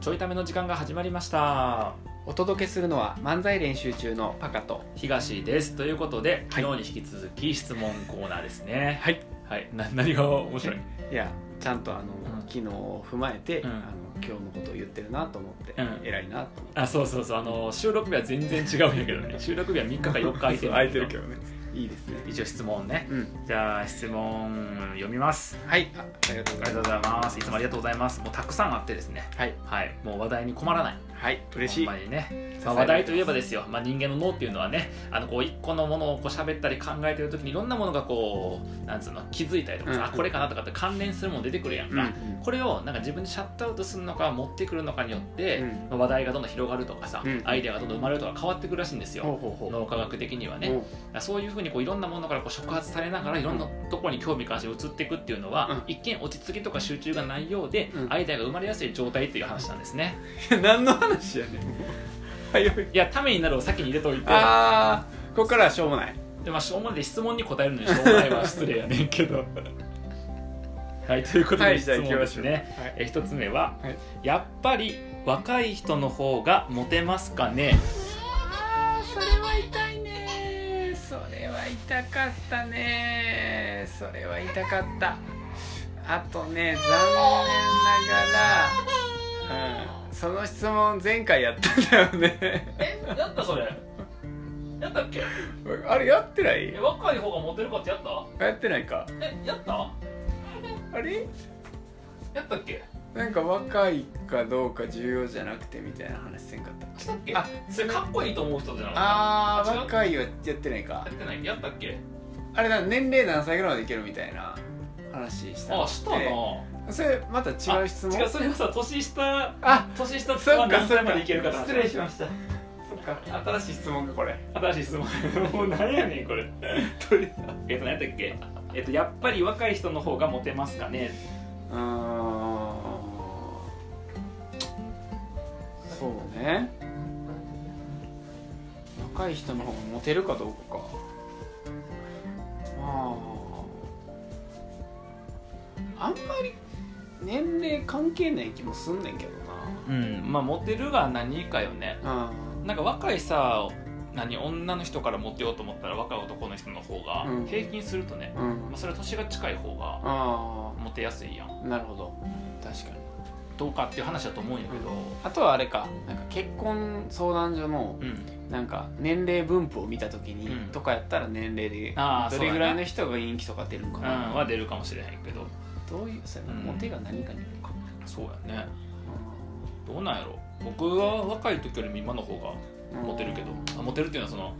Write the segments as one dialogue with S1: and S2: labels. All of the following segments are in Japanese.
S1: ちょいための時間が始まりました
S2: お届けするのは漫才練習中のパカと
S1: 東ですということで
S2: はい
S1: 昨日に引き続き質問コーナーですね
S2: はい
S1: はいな何が面白い
S2: いやちゃんとあの、
S1: うん
S2: 昨日を踏まえて、
S1: うん
S2: あの今日のことを言ってるなと思って、
S1: うん
S2: 偉いなと思って
S1: あそうそうそうあの収録日は全然違うんやけどね収録日は3日か4日空いてる
S2: 空いてるけどねいいですね
S1: 一応質問ね
S2: うん
S1: じゃあ質問読みます
S2: はいあありがとう
S1: あ
S2: ご
S1: り
S2: ざ
S1: が
S2: い
S1: とう
S2: ま
S1: ございま
S2: す
S1: すいつもありがとうございますもうたくさんあってですね
S2: はい
S1: はいもう話題に困らない
S2: はい嬉しい
S1: ほんまにね、まあ、話題といえばですよ、まあ、人間の脳っていうのはねあのこう一個のものをこう喋ったり考えてる時にいろんなものがこうなんつうの気づいたりとかさ、
S2: うん
S1: あこれかなとかって関連するもの出てくるやん
S2: うんう
S1: か、
S2: ん
S1: これをなんか自分でシャットアウトするのか持ってくるのかによって、
S2: うん
S1: まあ話題がどんどん広がるとかさ、
S2: うん
S1: アイデアがどんどん生まれるとか変わってくるらしいんです
S2: ほう
S1: よ、
S2: ほうほ
S1: 脳科学的には
S2: う
S1: ね、
S2: う
S1: だ
S2: ん
S1: からそういうふうにこういろんなものからこう触発されながらいろんなところに興味関心移っていくっていうのは、
S2: う
S1: 一見落ち着きとか集中がないようで、
S2: うん
S1: アイデアが生まれやすい状態っていう話なんですね、
S2: 何の話やねんもうはいはい
S1: いや、ためになるを先に入れといて、
S2: あーここからはしょうもない
S1: でまあ、しょうもないで質問に答えるのにしょうもない は失礼やねんけど。はい、ということで質問ですね。
S2: はい
S1: え一つ目は、
S2: はい
S1: やっぱり若い人の方がモテますかね
S2: あーそれは痛いねそれは痛かったねそれは痛かったあとね残念ながら、うん、その質問前回やったんだよね
S1: えやったそれやったっけ
S2: あれやってない
S1: 若い方がモテるかってやった
S2: やってないか
S1: えやった
S2: あれ
S1: やったっけ
S2: なんか若いかどうか重要じゃなくてみたいな話せんかった
S1: したっけ
S2: あ
S1: それかっこいいと思う人じゃなかっ違
S2: あー
S1: う
S2: 若いはやってないか
S1: たやってないやったっけ
S2: あれだ年齢何歳ぐらいまでいけるみたいな話したの
S1: あしたな
S2: それまた違う質問
S1: 違うそれはさ年下
S2: あ
S1: 年下と
S2: そ
S1: は
S2: っか
S1: 何
S2: そ
S1: 歳
S2: っ
S1: ま
S2: か
S1: でいけるか
S2: 失礼しましたそっか新しい質問がこれ
S1: 新しい質問 もう何やねんこれとりあ えずえっと何やったっけえっとやっぱり若い人の方がモテますかね
S2: うーんそうね若い人の方がモテるかどうかかまああんまり年齢関係ない気もすんねんけど
S1: うんまあモテるが何かよね
S2: な
S1: なんか若いさ何女の人からモテようと思ったら若い男の人の方が
S2: うん
S1: 平均するとね、
S2: うん
S1: ま
S2: うん
S1: あ、それは年が近い方が
S2: あ
S1: モテやすいやん
S2: あなるほど確かに
S1: どうかっていう話だと思うんやけど
S2: あとはあれかなんか結婚相談所の
S1: うん、
S2: なんか年齢分布を見た時に、
S1: うん
S2: とかやったら年齢で
S1: ああ
S2: どれぐらいの
S1: ね
S2: 人が人気とか出るの
S1: う
S2: か
S1: ん
S2: な、
S1: は出るかもしれへんけど
S2: どういうそれ
S1: うん
S2: モテが何かによるか、
S1: そうやねどうなんやろ僕は若い時よりも今の方が
S2: うん
S1: モテるけどあモテるっていうのはその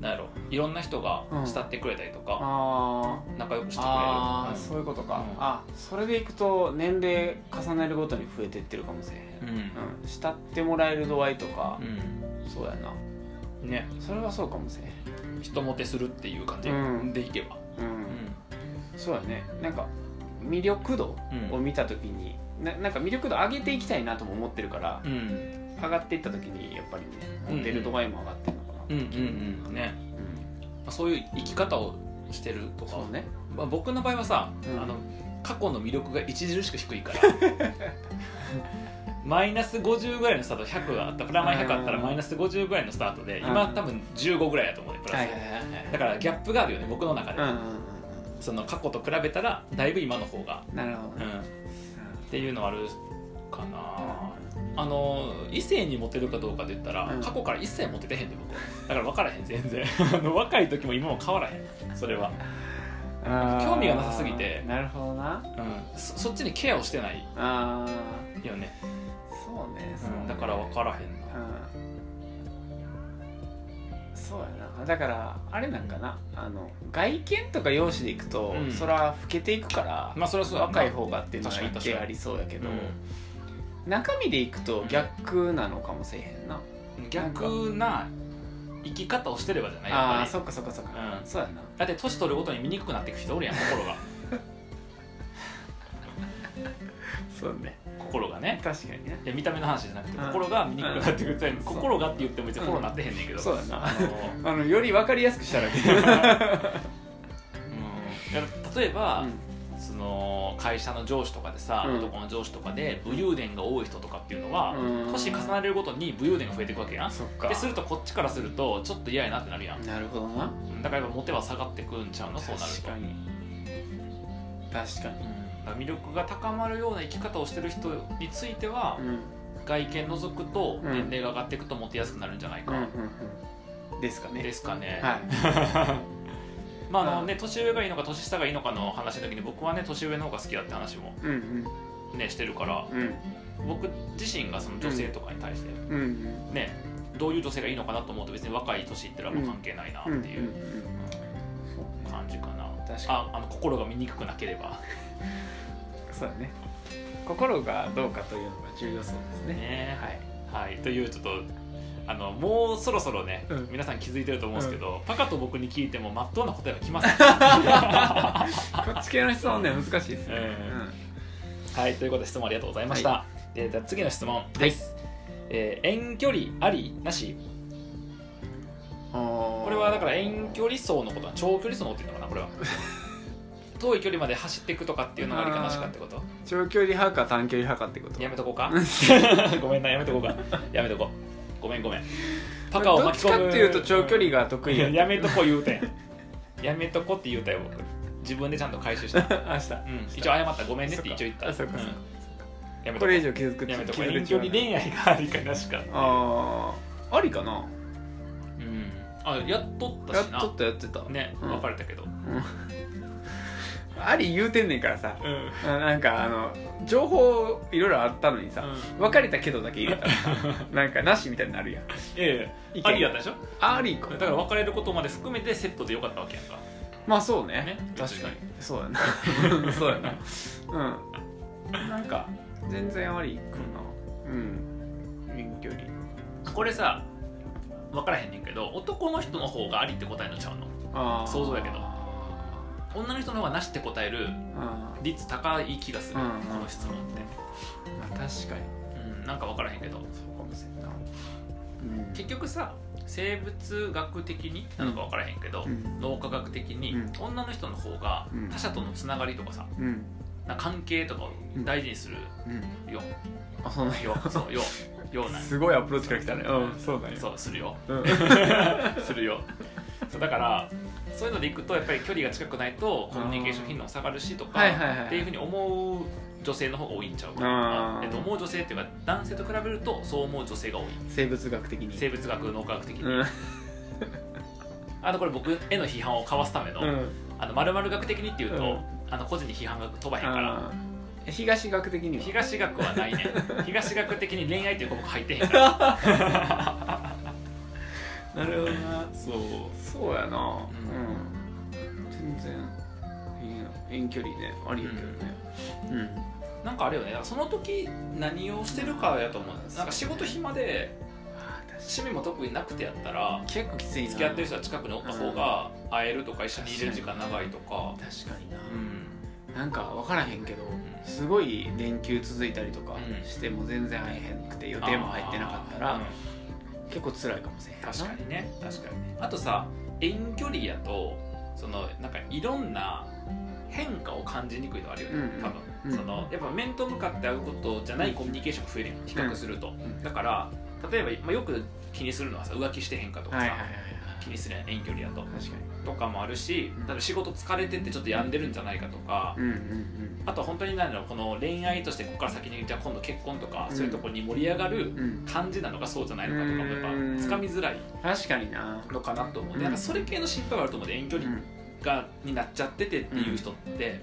S1: なんやろいろんな人が
S2: うん
S1: 慕ってくれたりとか、
S2: あー
S1: 仲良くしてくれる
S2: あー
S1: うん
S2: そういうことか、
S1: うん
S2: あそれでいくと年齢重ねるごとに増えてってるかもしれへん、うん、慕ってもらえる度合いとか
S1: う、ん、
S2: そうやな
S1: うん、ね
S2: それはそうかもしれへん
S1: 人モテするっていう感じ
S2: うん
S1: でいけば、
S2: うん、
S1: う
S2: そうやねなんか魅力度
S1: んう
S2: を
S1: ん
S2: 見た時にななんか魅力度上げていきたいなとも思ってるから
S1: う、ん
S2: 上がっていった時にやっぱりねモテる度合いも上がってるのかな、
S1: うんうんうんね、
S2: うん
S1: まあ、そういう生き方をしてるとか
S2: そう、ね
S1: まあ、僕の場合はさ、
S2: うん
S1: あの過去の魅力が著しく低い からマイナス50ぐらいのスタート100があったプラマイ100あったらマイナス50ぐらいのスタートで今
S2: うん
S1: 多分15ぐらいだと思うねプラス、だからギャップがあるよね僕の中で、
S2: うんうん
S1: その過去と比べたらだいぶ今の方が、
S2: うんなるほど
S1: うん、
S2: ね、
S1: っていうのはあるかなあの異性にモテるかどうかで言ったら、
S2: うん
S1: 過去から一切モテてへん で僕だから分からへん全然 あの若い時も今も変わらへんそれは、
S2: あー
S1: 興味がなさすぎて
S2: なるほどな
S1: うん、そそっちにケアをしてない
S2: あ
S1: よね、
S2: ーそうね
S1: う
S2: そ
S1: ん
S2: うね
S1: だから分からへんな
S2: うんそうやなだからあれなんかなあの外見とか容姿でいくと、
S1: うん
S2: そら老けていくから、
S1: まあそれはそうだな
S2: 若い方がっていうのは
S1: 確かに確
S2: 一
S1: か
S2: 定
S1: に
S2: ありそうやけど、
S1: う
S2: 中身でいくと逆なのかもしれへんな、
S1: ん逆な生き方をしてればじゃない
S2: あ
S1: や
S2: あ
S1: っぱ
S2: そっかそっかそっか、
S1: うん
S2: そうやな
S1: りだって年取るごとに醜くなっていく人おるやん心 が
S2: そうね
S1: 心がね
S2: 確かにね
S1: いや見た目の話じゃなくて
S2: うん
S1: 心が醜くなっていくタイプ
S2: うん
S1: 心がって言っても別に心なってへんねんけど、
S2: そうだな
S1: あの
S2: あのより分かりやすくしたらいい
S1: うんいや例えば、
S2: うん
S1: そのの会社の上司とかでさ、
S2: うん
S1: 男の上司とかで武勇伝が多い人とかっていうのは、
S2: うん
S1: 年重ねるごとに武勇伝が増えていくわけやん
S2: そっか
S1: でするとこっちからするとちょっと嫌やなってなるやん
S2: なるほどな
S1: だからやっぱモテは下がってくんちゃうのそうなる
S2: 確
S1: と
S2: かに確か
S1: う
S2: に
S1: んだから魅力が高まるような生き方をしてる人については、
S2: うんうん
S1: 外見除くと
S2: うん
S1: 年齢が上がっていくとモテやすくなるんじゃないか、
S2: うんうんですかね
S1: ですかね、
S2: はい
S1: まああ
S2: う
S1: の
S2: ん
S1: ね年上がいいのか年下がいいのかの話の時に僕はね年上の方が好きだって話も
S2: うん
S1: ねしてるから
S2: うんうん
S1: 僕自身がその女性とかに対して
S2: うんうん
S1: ねどういう女性がいいのかなと思うと別に若い年いってらもう関係ないなって
S2: うん
S1: いううん
S2: うんそうね
S1: 感じかな、
S2: 確か
S1: ああの心が醜くなければ
S2: にそうだね心がどうかというのが重要そうですね
S1: ね
S2: は
S1: は
S2: い
S1: い、というちょっとあのもうそろそろね、
S2: うん
S1: 皆さん気づいてると思うんですけど、パカと僕に聞いてもまっとうな答えはきません、
S2: こっち系の質問ね難しいですね
S1: うんはい、ということで質問ありがとうございました、でじゃあ次の質問です、えー遠距離ありなし
S2: こ
S1: これはだから遠距離走のこと長距離走のことっていうのかなこれ は遠い距離まで走っていくとかっていうのがありかなしかってこと
S2: 長距離派か短距離派かってこと
S1: や めとこうかごめんなやめとこうかやめとこうごめんごめんパカを
S2: どっ
S1: 巻
S2: ち
S1: き込む
S2: かっていうと長距離が得意
S1: い
S2: や
S1: や
S2: って
S1: やめとこ言うてんやめとこって言うたよ僕自分でちゃんと回収した、う
S2: あした
S1: ん、一応謝ったごめんねって一応言った
S2: あそっか
S1: うん
S2: そっか
S1: やめと
S2: こ
S1: こ
S2: れ以上傷つく
S1: やめとこ
S2: 傷
S1: 遠
S2: 口
S1: 距
S2: は
S1: 離恋愛がありかなしか
S2: あーありかな
S1: うんあやっとった
S2: や
S1: し
S2: っと
S1: な
S2: ったやってた
S1: ね
S2: うん
S1: 別れたけどう
S2: うんあり言うてんねんからさ
S1: ん、
S2: あなんかあの情報いろいろあったのにさ別れたけどだけ入れたら さなんかなしみたいになるやん
S1: いやいや
S2: 意見
S1: ありだったでしょ
S2: ありか
S1: だから別れることまで含めてセットでよかったわけやんか
S2: まあそうね
S1: ね
S2: 確かにそうやな そうやなうんなんか全然ありかなうん遠距離
S1: これさ分からへんねんけど男の人の方がありって答えのちゃうの
S2: あー
S1: 想像やけど
S2: あ
S1: 女の人の方がなしって答える
S2: ーま
S1: 率高い気がする、
S2: うん
S1: この質問って、
S2: あ確かにそう
S1: うん、なんか分からへんけど
S2: かもしれんなうん
S1: 結局さ生物学的になのか分からへんけど、
S2: うん
S1: 脳科学的に、
S2: うん
S1: 女の人の方が
S2: うん
S1: 他者とのつながりとかさ
S2: うん
S1: なんか関係とかを大事にする
S2: うん
S1: よ、
S2: あそうなんや
S1: よそうよようなん
S2: すごいアプローチから来たねうんそうなんや
S1: そうするよ
S2: うん
S1: するよそうだからそういうのでいくとやっぱり距離が近くないとコミュニケーション頻度も下がるしとか、
S2: はいはいはい
S1: っていうふうに思う女性の方が多いんちゃうか
S2: あ
S1: な、
S2: ー
S1: えっと、思う女性っていうか男性と比べるとそう思う女性が多い
S2: 生物学的に
S1: 生物学脳科学的に、
S2: うん
S1: あのこれ僕への批判をかわすための,、
S2: うん
S1: あの丸々学的にっていうと、
S2: うん
S1: あの個人に批判が飛ばへんから
S2: あー東学的には
S1: 東学はないね 東学的に恋愛っていう項目入ってへんから
S2: なるほどな
S1: そう
S2: そうや
S1: う
S2: な
S1: ん
S2: うん全然いいな遠距離ねありやけどねうん
S1: なんかあれよねその時何をしてるかやと思うなんか仕事暇で
S2: あー確か
S1: 趣味も特になくてやったら
S2: に結構きついな
S1: 付き合ってる人は近くにおった方が会えるとか一緒にいれる時間長いとか
S2: 確かにな
S1: うん
S2: なんか分からへんけど
S1: ん
S2: すごい連休続いたりとか
S1: うん
S2: しても全然会えへんくて予定も入ってなかったら
S1: あー
S2: 結構辛いかもしれへんな
S1: 確かにね確かにねあとさ遠距離やとそのなんかいろんな変化を感じにくいのあるよね、
S2: うんうん
S1: 多分、
S2: うん
S1: そのやっぱ面と向かって会うことじゃないコミュニケーションが増えるやん比較すると、
S2: ん
S1: だから例えば、まあ、よく気にするのはさ浮気してへんかとかさ、
S2: はいはいはいはい
S1: 気にするやん遠距離やと
S2: 確か
S1: とかもあるし
S2: うん
S1: 例えば仕事疲れてってちょっと病んでるんじゃないかとか、
S2: にうんうん
S1: あとは本当に何だろうこの恋愛としてここから先にじゃあ今度結婚とか、
S2: うん
S1: そういうとこに盛り上がる
S2: うんうん
S1: 感じなのかそうじゃないのかとかもやっぱ
S2: うん
S1: つかみづらい
S2: 確かにな
S1: のかなと思う、
S2: うん
S1: なんかそれ系の心配はあると思うで遠距離がになっちゃっててっていう人って、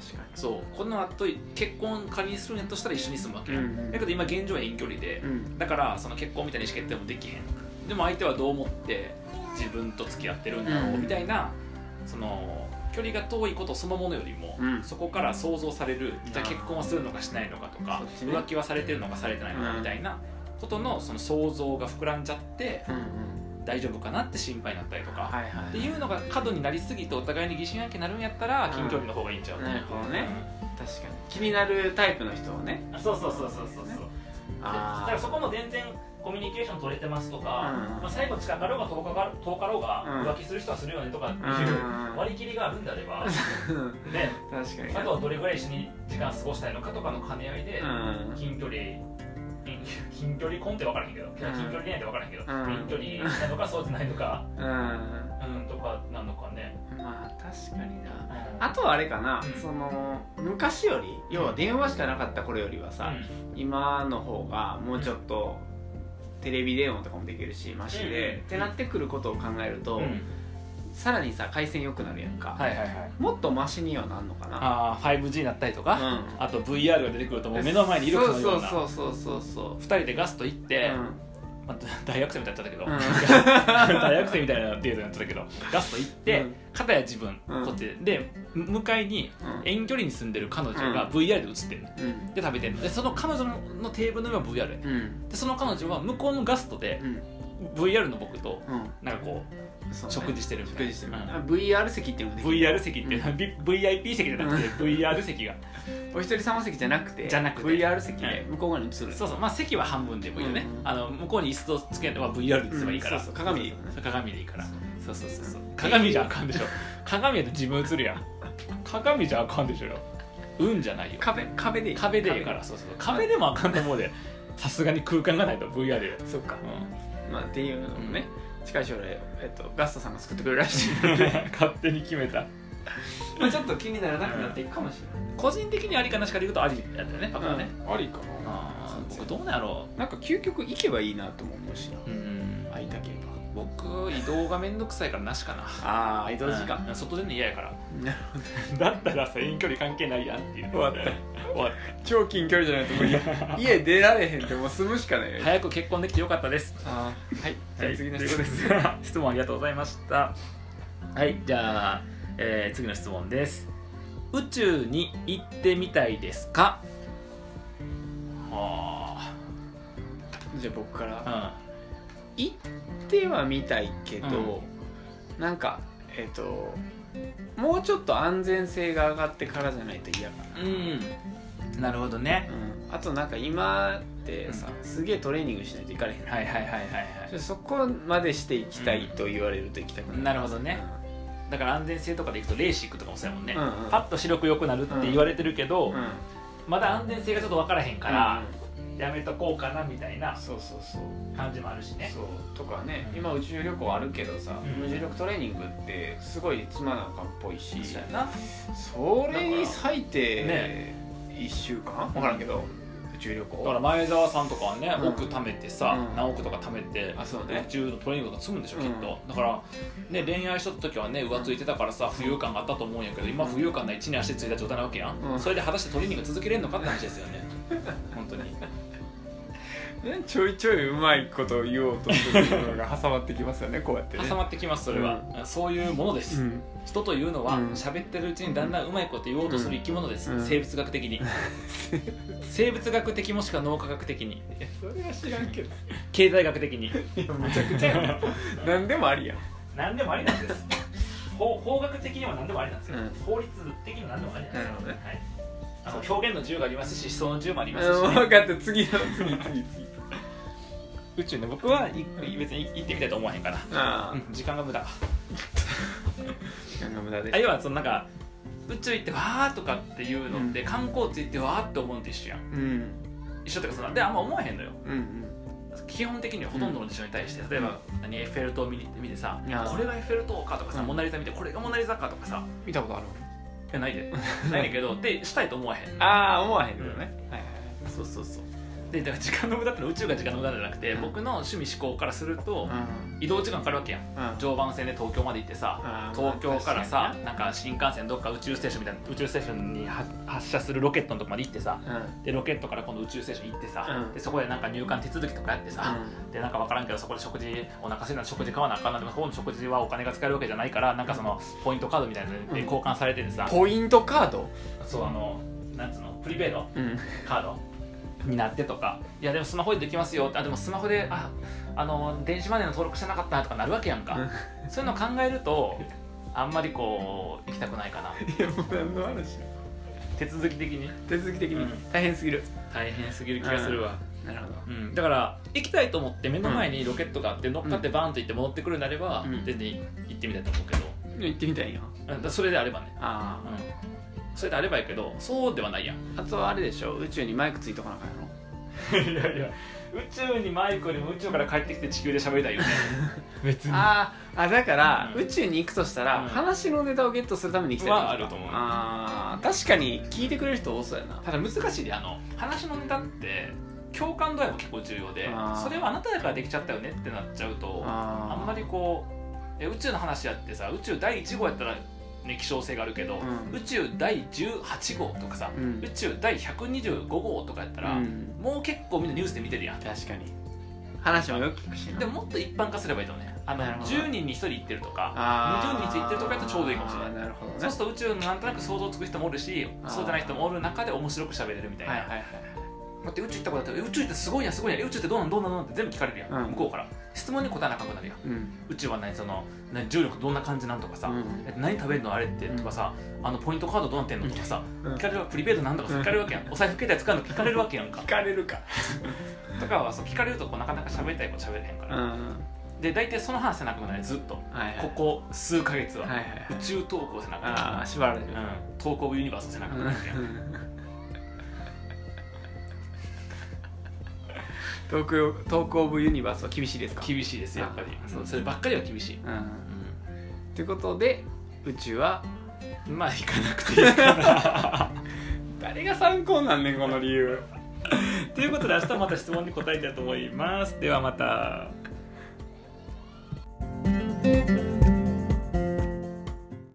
S2: 確か
S1: そうこの後結婚仮にするんやとしたら一緒に住むわけや、
S2: うんうん
S1: だけど今現状は遠距離で
S2: に、うん
S1: だからその結婚みたいに意思決定もできへんでも相手はどう思って自分と付き合ってるんだろ
S2: う
S1: うんみたいな、その距離が遠いことそのものよりも、
S2: うん
S1: そこから想像されるじゃあ
S2: あー
S1: 結婚はするのかしないのかとか、
S2: そっちね
S1: 浮気はされてるのかされてないのかみたいなことのその想像が膨らんじゃって
S2: うんうん
S1: 大丈夫かなって心配になったりとか、
S2: はいはい
S1: っていうのが過度になりすぎてお互いに疑心暗鬼になるんやったら
S2: うん
S1: 近距離の方がいいんちゃう
S2: なるほどね確かに気になるタイプの人をね
S1: うんあそうそうそうそうそうそう
S2: ね
S1: だからそこも全然コミュニケーション取れてますとか、
S2: うん
S1: まあ、最後近かろうが遠かか遠かろうが
S2: うん
S1: 浮気する人はするよねとかって
S2: うん
S1: いう割り切りがあるんであれば、
S2: うん
S1: ね、
S2: 確かに
S1: あとはどれぐらい一緒に時間過ごしたいのかとかの兼ね合いで、
S2: うん
S1: 近距離近近距離婚って分からへんけど、近距離恋愛って分からへんけど、
S2: うん
S1: 近距離なのかそうじゃないのか、
S2: うんま
S1: うん、とかなのかね。
S2: あ確かにな
S1: うん
S2: あとはあれかな、
S1: うん
S2: その昔より要は電話しかなかった頃よりはさ、今の方がもうちょっとテレビ電話とかもできるしマシで、
S1: うん
S2: ってなってくることを考えると、
S1: うんうん、
S2: さらにさ回線良くなるやんか、
S1: はいはいはい。
S2: もっとマシにはなんのかな
S1: ああ 5G になったりとか、
S2: う
S1: あと VR が出てくると
S2: ん
S1: もう目の前にいるかのような
S2: そうそうそうそうそう
S1: 2人でガスト行って、
S2: う
S1: まあ、大学生みたいになっちゃったけど、
S2: うん
S1: 大学生みたいな程度になっちゃったけどガスト行って、
S2: うん
S1: 片や自分、
S2: うん
S1: こっちでで向かいに
S2: うん
S1: 遠距離に住んでる彼女
S2: う
S1: が VR で映ってるの
S2: ん
S1: で食べてるのでその彼女のテーブルの上は VR やね
S2: うんうん
S1: でその彼女は向こうのガストで
S2: うん
S1: VR の僕と
S2: うん
S1: なんかこ
S2: そう
S1: う
S2: ね
S1: 食事してるみた
S2: 食
S1: い
S2: 事してる
S1: な、
S2: あ VR 席っていうの
S1: うん
S2: ができる
S1: VR 席っていうのは
S2: う
S1: V- VIP 席じゃなくて VR 席が
S2: お一人様席じゃなくて
S1: じゃなくて
S2: VR 席で向こう側に映る
S1: そうそうまあ席は半分でもいいよね、
S2: うん
S1: あの向こうに椅子をつけるのは VR ですればいいから、
S2: うんそうそう鏡でいいからね
S1: そう鏡でいいからそうそうそうそう
S2: うん
S1: 鏡じゃあかんでしょ鏡やと自分映るやん鏡じゃあかんでしょよ運じゃないよ
S2: 壁壁でいい
S1: 壁でいいからそうそう壁でもあかんと思うでさすがに空間がないと VR で、
S2: そっか
S1: う
S2: まあっていうのもね近い将来えっとガストさんが作ってくれるらしい
S1: ん 勝手に決めた
S2: まあちょっと気にならなくなっていくかもしれない
S1: 個人的にありかなしかで言うとありやったよねパパはね、
S2: うんありか
S1: あ
S2: な
S1: ー僕どうなんやろ
S2: なんか究極行けばいいなとも思うしな
S1: ううん
S2: 空いたければ
S1: 僕移動がめんどくさいからなしかな
S2: ああ移動時間
S1: うん外出るの嫌やから
S2: な る
S1: だったらさ遠距離関係ないやんっていう
S2: 終わった
S1: 終わっ
S2: 超近距離じゃないと無 理家出られへんってもう住むしかないよ
S1: た 早く結婚できてよかったです
S2: あーはいじゃあ次の
S1: はい
S2: 質問で す
S1: 質問ありがとうございましたはいじゃあ、えー次の質問です宇宙に行ってみたいですかは
S2: じゃあ僕から
S1: あ
S2: 行ってはみたいけど、なんかえっ、ともうちょっと安全性が上がってからじゃないと嫌かな、
S1: うんなるほどね
S2: うんあとなんか今ってさ、すげえトレーニングしないといかれへん
S1: はいはいはいはいは
S2: そこまでしていきたいと言われると行きたくない、
S1: いなるほどねだから安全性とかでいくとレーシックとかもそうやもんね、
S2: うんうん
S1: パッと視力良くなるって言われてるけど、
S2: うん、うん
S1: まだ安全性がちょっと分からへんから、やめとこうかなみたいな
S2: そうそうそう
S1: 感じもあるしね
S2: そうとかね
S1: うん
S2: 今宇宙旅行あるけどさ、
S1: うん
S2: 無重力トレーニングってすごい妻なんかっぽいし
S1: そうやな
S2: それに最低
S1: ね
S2: 1週間分からんけど宇宙旅
S1: だから
S2: 行
S1: 前澤さんとかはね、
S2: うん
S1: 億貯めてさ、
S2: うん
S1: 何億とか貯めて
S2: あそうね
S1: 宇宙のトレーニングとか積むんでしょ、
S2: うん
S1: きっとだから、ね、恋愛しとった時はね浮ついてたからさ浮遊感があったと思うんやけど今
S2: うん
S1: 浮遊感ない地に足ついた状態なわけやん、
S2: うん
S1: それで果たしてトレーニング続けれるのかって話ですよ ね本当に
S2: ねちょいちょいうまいことを言おうとするところが挟まってきますよねこうやってね
S1: 挟まってきますそれは、そういうものです、
S2: うん
S1: 人というのは
S2: うん
S1: 喋、ってるうちにだんだんうまいこと言おうとする生き物です、
S2: うん
S1: 生物学的 に生物学的もしくは脳科学的に
S2: それは知らん けど
S1: 経済学的 に
S2: いやむちゃくちゃやな何でもありやん
S1: 何でもありなんです法法学的にも何でもありなんですよ、
S2: うん
S1: 法律的にも何でもありなんですよ
S2: なるほどね
S1: はい、あの表現の自由がありますし思想の自由もありますし、
S2: う
S1: ね
S2: ん 分かった次の次次次
S1: 宇宙ね僕はい別に行ってみたいと思わへんから、
S2: あ
S1: うん時間が無駄
S2: 時間が無駄で
S1: あ
S2: す
S1: 要はそのなんか宇宙行ってわーとかっていうのって、
S2: うん
S1: 観光地行ってわーって思うんと一緒やん
S2: うん
S1: 一緒っていうかそのであんま思わへんのよ
S2: うん
S1: 基本的にはほとんどの事象に対して例えば、何エッフェル塔見に見てさ
S2: いや
S1: これがエッフェル塔かとかさ、
S2: うん
S1: モナ・リザ見てこれがモナ・リザかとかさ
S2: 見たことある
S1: いやないで ないねんけどでしたいと思わへん
S2: ああ思わへんけど
S1: うん
S2: ね、はいはい
S1: そうそうそうでだから時間の無駄ってのは宇宙が時間の無駄じゃなくて、
S2: うん
S1: 僕の趣味思考からすると、
S2: はい
S1: 移動時間かかるわけやん
S2: うんうん
S1: 常磐線で東京まで行ってさ
S2: あー
S1: 東京からさ
S2: 確に
S1: なんか新幹線どっか宇宙ステーションみたいな宇宙ステーションには発射するロケットのとこまで行ってさ
S2: な
S1: でロケットから今度宇宙ステーション行ってさ、
S2: うん
S1: でそこでなんか入管手続きとかやってさ、でなんか分からんけどそこで食事お腹空いたら食事買わなあかんなでもそこの食事はお金が使えるわけじゃないからなんかそのポイントカードみたいなので交換されててさ、
S2: ポイントカード
S1: そうあのなんつうのプリペイド
S2: うん
S1: カードになってとかいやでもスマホでできますよあでもスマホでああの電子マネーの登録してなかったなとかなるわけやん か、そういうの考えるとあんまりこう行きたくないかない
S2: やもう何の話
S1: 手続き的に
S2: 手続き的に
S1: うん
S2: 大変すぎる
S1: 大変すぎる
S2: 気がする
S1: わ、
S2: なるほど
S1: うん、だから行きたいと思って目の前にロケットがあって乗っかってバーンと行って戻ってくるなれば、
S2: うん
S1: 全然行ってみたいと思うけど
S2: 行ってみたいよ
S1: うんだからそれであればね、
S2: あ
S1: うん、それであればいいけどそうではないやん
S2: ああとはあれでしょ宇宙にマイクついとかなあかんやろ
S1: いやいや宇宙にマイクよりも宇宙から帰ってきて地球で喋りたいよね 別
S2: あーあだから、
S1: うん
S2: 宇宙に行くとしたら、
S1: うん
S2: 話のネタをゲットするために行きたいってこ
S1: はあると思う
S2: あー確かに聞いてくれる人多そうやな
S1: ただ難しいであの話のネタって共感度合いも結構重要で
S2: あー
S1: それはあなただからできちゃったよねってなっちゃうとあ
S2: あ
S1: んまりこうえ宇宙の話やってさ宇宙第1号やったら、ね、希少性があるけど、
S2: うん
S1: 宇宙第18号とかさ、
S2: うん
S1: 宇宙第125号とかやったら、
S2: うん、
S1: もう結構みんなニュースで見てるやん
S2: 確かに話もよく聞くしな
S1: でももっと一般化すればいいと思うねあの
S2: なるほど
S1: 10人に1人行ってるとか
S2: あー
S1: 20日行ってるとかやったらちょうどいいかもしれない
S2: あーなるほどね
S1: そうすると宇宙のなんとなく想像つく人もおるし
S2: あー
S1: そうじゃない人もおる中で面白く喋れるみたいな、
S2: はいはいはい
S1: だって宇宙行ったことあって宇宙ってすごいやんすごいやんえ宇宙ってどうなんどうなんどうなんって全部聞かれるやん、
S2: うん
S1: 向こうから質問に答えなあかんくなるやん
S2: うん
S1: 宇宙は何その何重力どんな感じなんとかさ、
S2: うん
S1: え何食べるのあれって
S2: うん
S1: とかさ、あのポイントカードどうなってんのとかさ、
S2: うん
S1: 聞かれるわプリペイドなんとかさ
S2: うん
S1: 聞かれるわけやん、お財布携帯使うの聞かれるわけやんか
S2: 聞かれるか
S1: とかはそう聞かれるとこうなかなか喋りたいこと喋れへんか
S2: うん
S1: ら、で大体その話せなくなるずっと
S2: はいはい
S1: ここ数ヶ月は、
S2: はいはい
S1: 宇宙投稿せなくなる
S2: ああ縛られる
S1: うん、投稿ユニバースせなくなるやん
S2: トークトークオブユニバースは厳しいですか
S1: 厳しいですよやっぱり
S2: あー
S1: そうそればっかりは厳しい、
S2: うんということで宇宙は
S1: うん、まあ行かなくていい かな
S2: 誰が参考なんねんこの理由
S1: ということで明日また質問に答えたいと思いますではまた